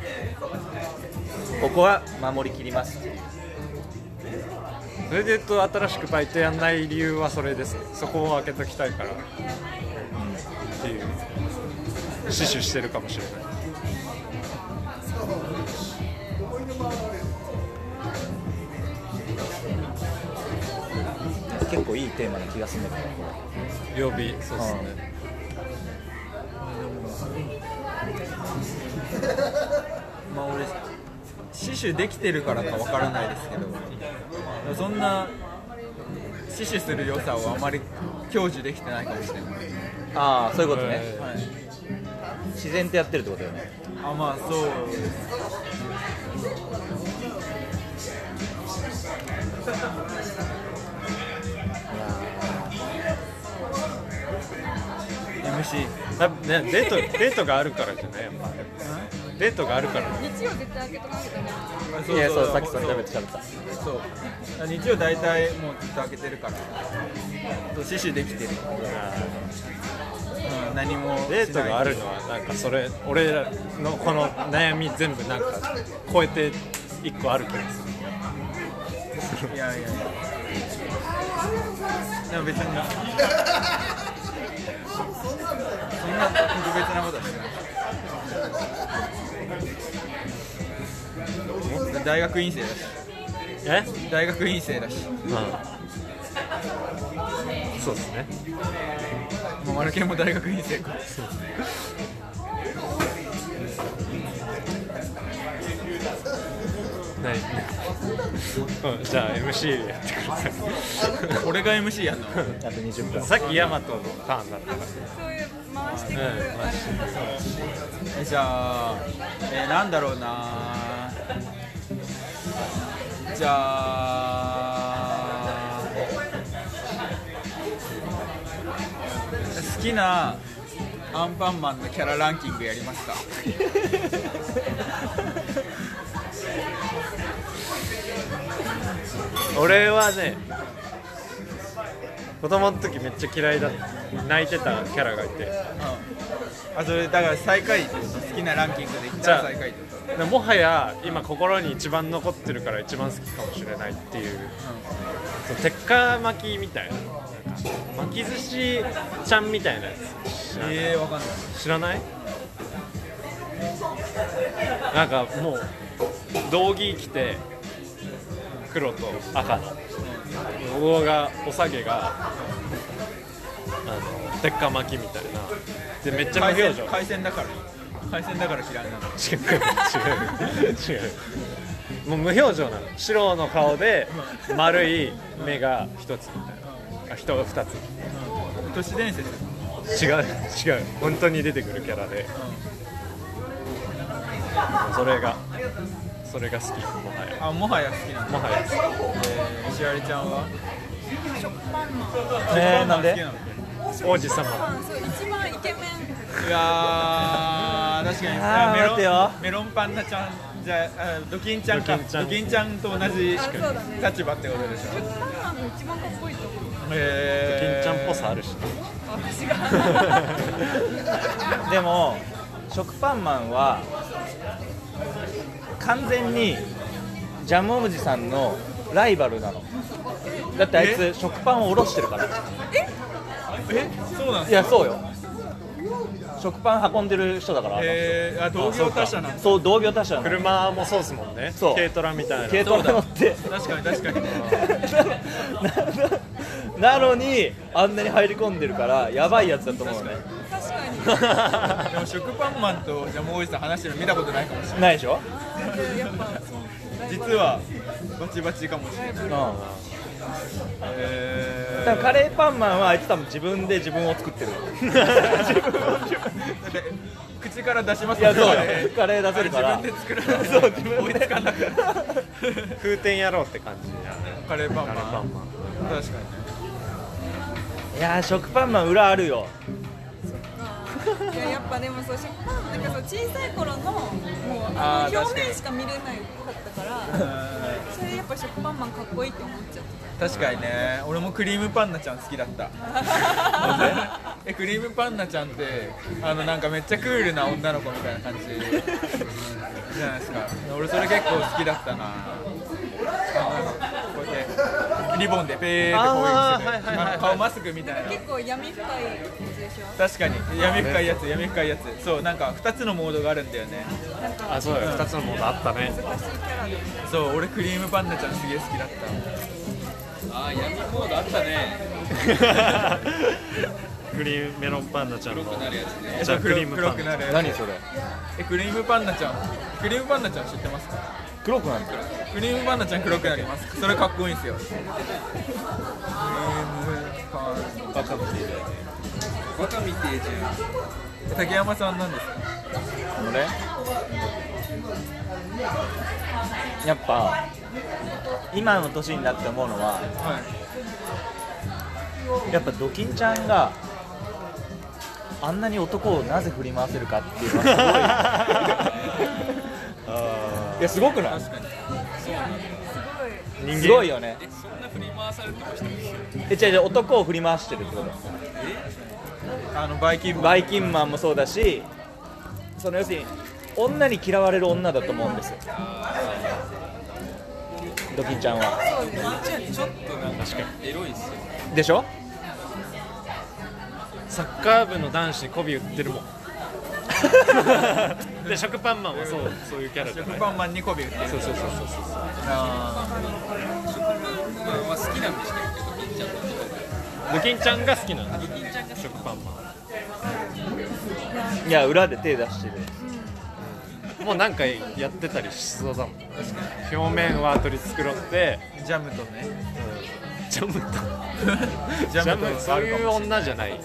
ここは守りきりますっていうそれで言うと新しくバイトやんない理由はそれですねそこを開けときたいからっていう死守してるかもしれない結構いいテーマな気がするんだけど曜日そうですねまあ俺死守できてるからかわからないですけどそんな死守する良さをあまり享受できてないかもしれない、ああそういうことね、えはい、自然とやってるってことだよねあまあそうーやっぱねデートデートがあるからじゃないやっぱデートがあるから日曜絶対開けとかなきゃダメそういやそうさっきそれ食べて喋ったそう日曜大体もうずっと開けてるからそう死守できてる、うん、何もしないデートがあるのはなんかそれ俺らのこの悩み全部なんか超えて一個ある気がするいやいやいやでも別にそんな特別なことはしてない大学院生だしえ大学院生だしうんそうですねもうマルケンも大学院生かない、うん、じゃあ MC やってください俺が MC やんのあと20分さっきヤマトのターンだったかそういう回していく、うんあれ回えじゃあ、えー、なんだろうなじゃあ好きなアンパンマンのキャラランキングやりますから俺はね子供の時めっちゃ嫌いだった泣いてたキャラがいてあそれだから最下位好きなランキングでいったら最下位でもはや今心に一番残ってるから一番好きかもしれないっていう、そう鉄火巻きみたいななんか巻き寿司ちゃんみたいなやつ知らない,、ええー、わかんない知らないなんかもう道着着て黒と赤のおがお下げがあの鉄火巻きみたいなでめっちゃ無海表鮮情海鮮だから海鮮だから嫌いなの違う違う違うもう無表情なの白の顔で丸い目が一つみたいなあ人が二都市伝説つ違う違う本当に出てくるキャラでそれがそれが好きもはやあもはや好きなのもはや好えー、しありちゃんはえー、なん好きでなのき王子様あそう一番イケメンいやー確かにあーメロン待ってよメロンパンナちゃんじゃあドキンちゃんかドキンちゃんドキンちゃんと同じあそうだね立場ってことでしょ鉄板マンの一番かっこいいと思う金えちゃんっぽさあるし私がでも食パンマンは完全にジャムおじさんのライバルなのだってあいつ食パンをおろしてるからえそうなんいやそうよ食パン運んでる人だから、えー、あ同業他社なんだそう同業他社なの車もそうっすもんねそう軽トラみたいな軽トラ乗って確かに確かに (laughs) なのにあんなに入り込んでるからやばいやつだと思うよね確かにでも食パンマンとジャムおじさん話してるの見たことないかもしれないでしょ、ない実はバチバチかもしれないうん、だかえらカレーパンマンはあいつ多分自分で自分を作ってる (laughs) 自分をー自分だって口から出しますいやそうカよレーカレー出せるからあれ自分で作らないそう自分で追いつかなくなる風天野郎って感じやねカレーパンあれパマンンマン確かにいやー食パンマン裏あるよいややっぱでもそう食パンなんかそう小さい頃のもうああーの表面しか見れないかったからそれでやっぱ食パンマンかっこいいと思っちゃっ確かにね俺もクリームパンナちゃん好きだった (laughs) えクリームパンナちゃんってあのなんかめっちゃクールな女の子みたいな感じじゃないですか俺それ結構好きだったなあのこうやってリボンでペーってこういうするあの顔マスクみたいたな結構闇深い感じでしょ確かに闇深いやつ闇深いやつそうなんか2つのモードがあるんだよねあそうよ二つのものあったね難しいキャラでそう俺クリームパンナちゃんすげえ好きだったああ闇モードあったね (laughs) クリームメロンパンナちゃんの黒くなるやつねじゃあクリーム黒パンくナなる何それえクリームパンナちゃんクリームパンナちゃん知ってますか黒くなるクリームパンダちゃん黒くなりますそれかっこいいんですよクリームパンバカみてえだよねバカみてえじゃん竹山さんなんですか俺やっぱ今の年になって思うのははいやっぱドキンちゃんがあんなに男をなぜ振り回せるかっていうのはすごいいやすごくない確かにすごいよねえそんな振り回されてましたっけえ違う違う男を振り回してるってことあのバイキンマンバイキンマンもそうだしその要するに女に嫌われる女だと思うんですよドキンちゃんはちょっとなんかエロいっすよねでしょサッカー部の男子に媚び売ってるもん (laughs) で食パンマンはそうそういうキャラじゃない食パンマンに媚び売ってるそうそうそうそうそうあまあまあ好きなんでしたけど金ちゃんドのキンちゃんが好きなの食パンマンいや裏で手出してるもうなんかやってたりしそうだもん表面は取り繕ってジャムとねジャムとジジャャムムとそういう女じゃない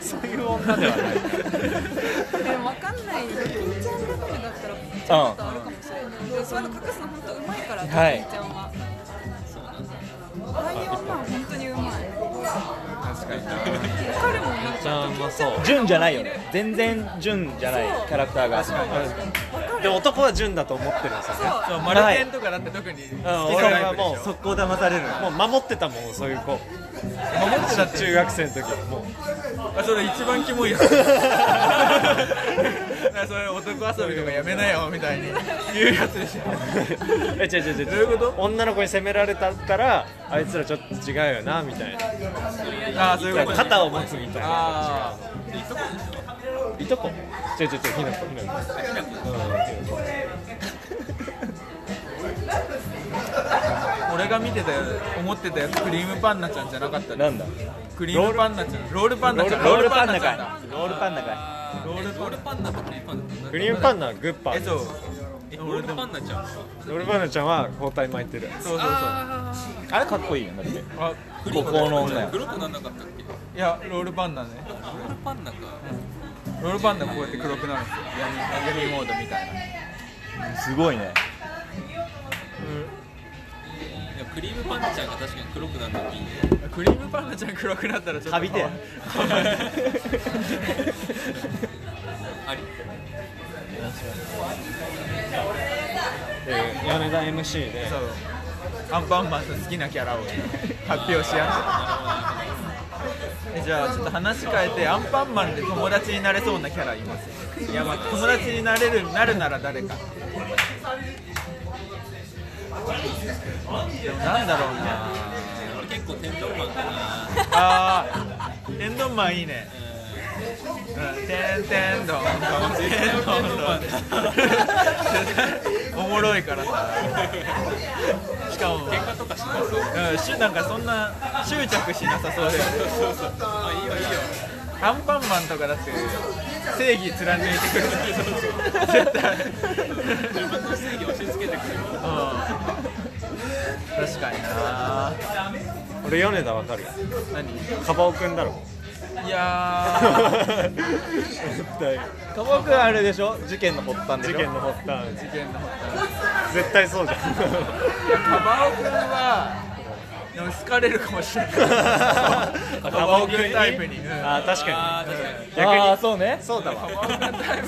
そういう女ではないでもわかんない金ちゃんレベルだったらちょっとあるかもしれない、でもそういうの隠すの本当うまいから、はい金ちゃんはああいう女は本当にうまい確かに彼もなんかあうまそう純じゃないよね全然純じゃないキャラクターがで男は純だと思ってるんですよねそうマルケンとかだって特に好きじうんゃ俺ないはでしょもうそ速攻騙されるもう守ってたもんそういう子守ってたって中学生の時 (laughs) もあそれ一番キモいやつ (laughs) なそれ男遊びとかやめなよみたいに言うやつでしょうえ違う違う違うどういうこと女の子に責められたからあいつらちょっと違うよなみたいなああそういうことね肩を持つみたいなあいとこ違う違う違うひなこひなこあ俺が見てたやつ思ってたやつクリームパンナちゃんじゃなかったねなんだクリームパンナちゃんロールパンロナーちゃルんロールパンロナールパかンいナちゃんロールパンナかだロールパンナパンナとクリームパンナクリームパンナはグッパえーそうロールパンナちゃんロールパンナちゃんは包帯巻いてるそうそうそういあれかっこいいよだってあ孤高の女よグロくなんなかったっけロいやロールパンナねールパンナかロールパンナこうやって黒くなるんですよ闇闇モードみたいなすごいねいやクリームパンナちゃんが確かに黒くなんなくていいねクリームパンナちゃん黒くなったらちょっとカビてかわいいありで米田 MC でそうアンパンマンの好きなキャラを (laughs) 発表し合ってえじゃあちょっと話変えてアンパンマンで友達になれそうなキャラいますいやまあ友達になれるなるなら誰かでもなんだろうな俺結構天童マンかなあー天丼マンいいねうん天天丼天丼 (laughs) 丼おもろいからさしかも喧嘩とかしなそううんしゅなんかそんな執着しなさそうであいいよいいよアンパンマンとかだって正義貫い (laughs) てくる絶対自分の正義押し付けてくるうん確かにな俺米田わかるよカバオくんだろ何いや (laughs) 絶対カバオくんあれでしょ事件の発端で事しょ件の発端ー事件の絶対そうじゃんカバオくんはでも好かれるかもしれないカバオくんタイプにう (laughs) んあ確かあ確かにに逆にああそうねそうだわ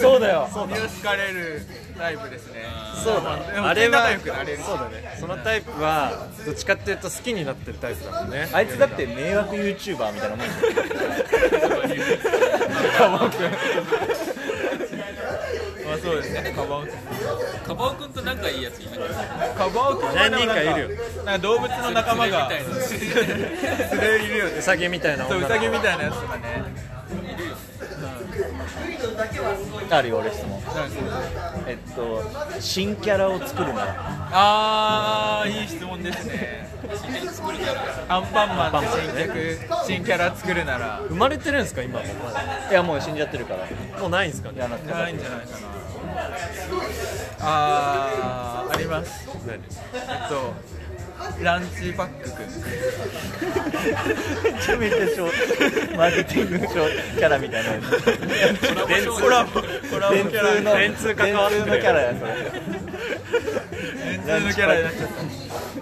そうだよそう好かれるタイプですねそうだでもあれは仲良くなれるそうだねそのタイプはどっちかっていうと好きになってるタイプだもんねあいつだって迷惑 YouTuber みたいなもんじまあそうですねカバオくんカバオくんと仲いいやついなかったカバオくんはでもなん何人かいるなんか動物の仲間がスそれいるよねウサギみたいなそう女ウのサギ子みたいなやつとかねゃんあるよ俺質問なんかえっと新キャラを作るならあーいい質問で (laughs) すねアンパンマンで新脚新キャラ作るなら生まれてるんですか今もまだいやもう死んじゃってるからいもうないんですかねやなくてないんじゃないかなあーあります何えっとランチパックくん (laughs) めちゃめちゃショーマーケティングのショーキャラみたいな電通コラボコラボ電キャラ通の電通関わってる電通のキャラやそれ電通のキャラになっちゃった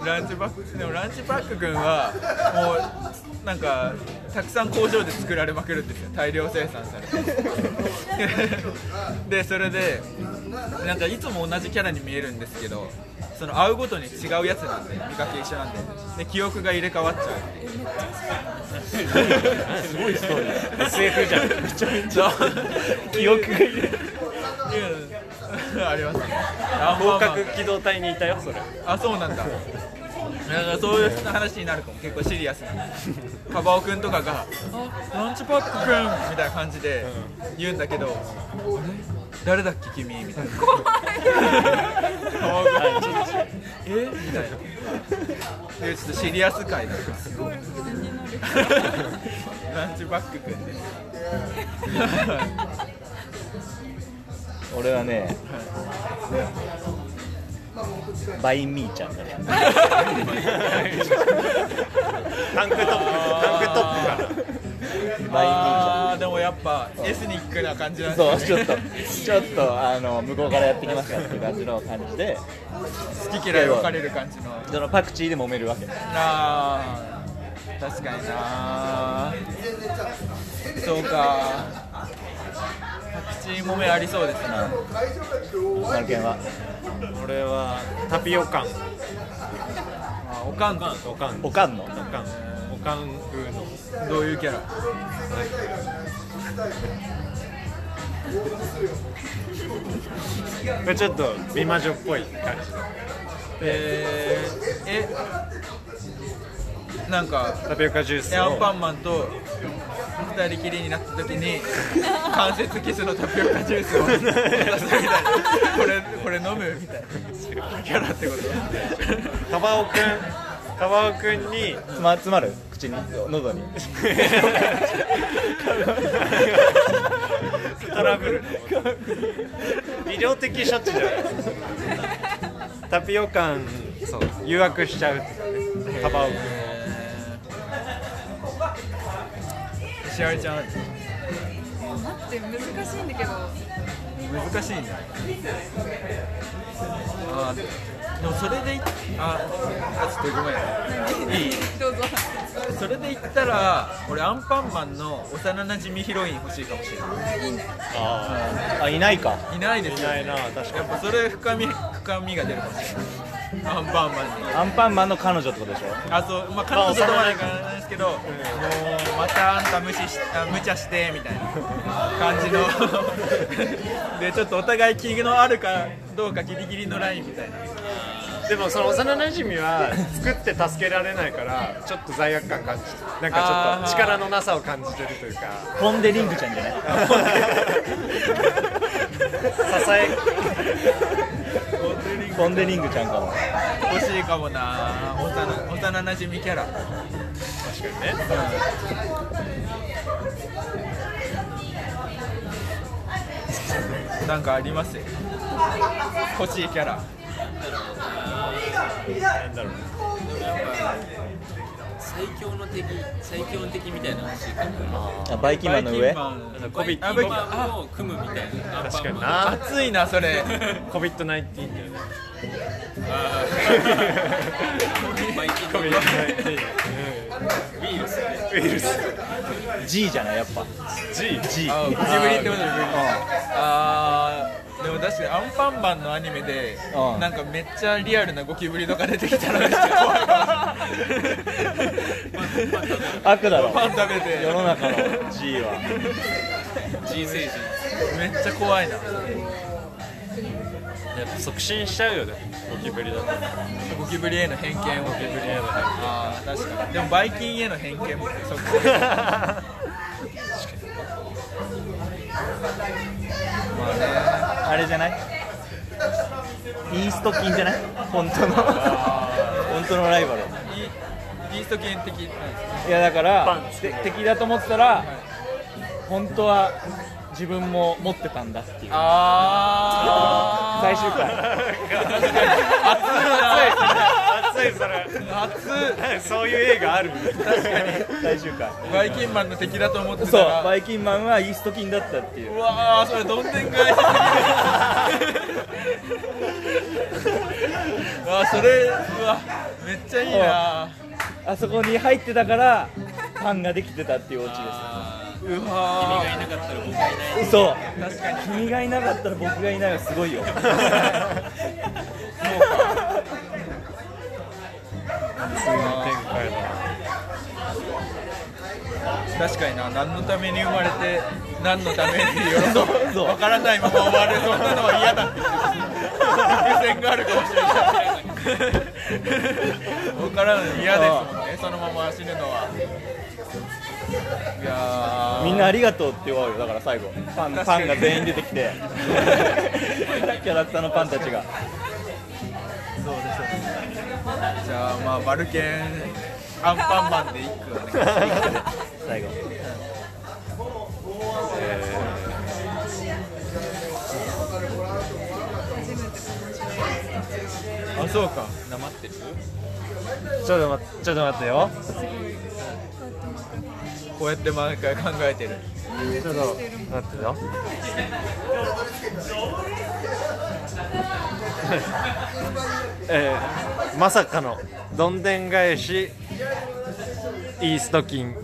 ランチパックでもランチパックくんはもうなんかたくさん工場で作られまくるんですよ大量生産されてでそれでなんかいつも同じキャラに見えるんですけどその会うごとに違うやつなんで見かけ一緒なんでで記憶が入れ替わっちゃうっていうすごいストーリー SF じゃんめちゃめちゃ記憶がいるいやありますねあ広角機動隊にいたよそれあそうなんだなんかそういう話になるかも結構シリアスなカバオくんとかが「あランチパックくん」みたいな感じで言うんだけど「あれ誰だっけ君」みたいな怖いカバオくん「えみたいなそういうちょっとシリアス回だからすごいランチパックくんです俺はねバインミーちゃんだねタンクトップタンクトップかあーでもやっぱエスニックな感じなんそうですちょねっとちょっとあの向こうからやってきますからっていう感じの感じで好き嫌い分かれる感じのそのパクチーで揉めるわけあー確かになそうかパクチーもめありそうですねマルケンはこれはタピオカンあおかんかおかんおかんのおかんおかん風のんどういうキャラこれちょっと美魔女っぽい感じえー、えなんかタピオカジュースアンパをンマンと二人きりになった時に関節キスのタピオカジュースを渡すみたいなこれこれ飲むみたいなキャラってことタバオくんタバオくんにつま詰まる口に喉にトラブル医療的処置じゃないタピオカンそう誘惑しちゃうっていうねタバオくんしおりちゃん待って難しいんだけど難しいねあーでもそれでいああちょっとごめん何どうぞそれで言ったら俺アンパンマンの幼なじみヒロイン欲しいかもしれないあいないかいないですいよなねいな確かやっぱそれ深み深みが出るかもしれないアンパンマンにアンパンマンの彼女ってことでしょあそうまあ彼女とまでいかないですけど、もうまたあんた無視しあ無茶してみたいな感じ (laughs) のでちょっとお互い気のあるかどうかギリギリのラインみたいなにでもその幼馴染は作って助けられないからちょっと罪悪感感じてなんかちょっと力のなさを感じてるというかポンデリングちゃんじゃない支えポンデリングちゃんかも欲しいかもな幼幼なじみキャラ確かにね、うんなんかあります欲しいキャラ最強の敵最強の敵みたいなの欲しいかもあバイキンマンのバイ上キンマンコビあッバイキンキマンマンを組むみたいなアンパンマン確かにな熱いなそれ COVID-19 だよねバイキンマン COVID-19 ビールっすよねウイルス G じゃないやっぱ G G あゴキブリってことであーでも確かにアンパンマンのアニメで、うんなんかめっちゃリアルなゴキブリとか出てきたらめっち (laughs) ゃ怖いかも悪だ (laughs) ろパン食べて世の中の G は人生人めっちゃ怖いなやっぱ促進しちゃうよねゴキブリだとゴキブリへの偏見をゴキブリへのあー確かにでもバイキンへの偏見もそっかあれじゃないイースト菌じゃない本当の本当のライバルイースト系的いやだからて敵だと思ってたら本当は自分も持ってたんだっていうあ最終回熱いそれ熱 (laughs) いそういう映画あ (laughs) る最 (laughs) 終回バイキンマンの敵だと思ってそたうらバイキンマンはイースト菌だったっていううわーそれどんで (laughs) ん返しすぎるわあそれうわめっちゃいいなあそこに入ってたからパンができてたっていうオチうわがいなかったら僕がいないです嘘確かに君がいなかったら僕がいないはすごいよそう確かにな何のために生まれて何のために喜ぶそうわからないまま終わるそんなのは嫌だ伏線があるかもしれない (laughs) わからない嫌ですもんねそのまま死ぬのはいやーみんなありがとうって言わうよだから最後パン確パかにンが全員出てき (laughs) てキャラクターのパンたちがじゃあまあバルケンアンパンマンで一句お願いします最後初めてあそうかなまってるちょっと待ってちょっと待ってよこうやって毎回考えてるちょっと待ってよ (laughs) えーまさかのどんでん返しいいストッキン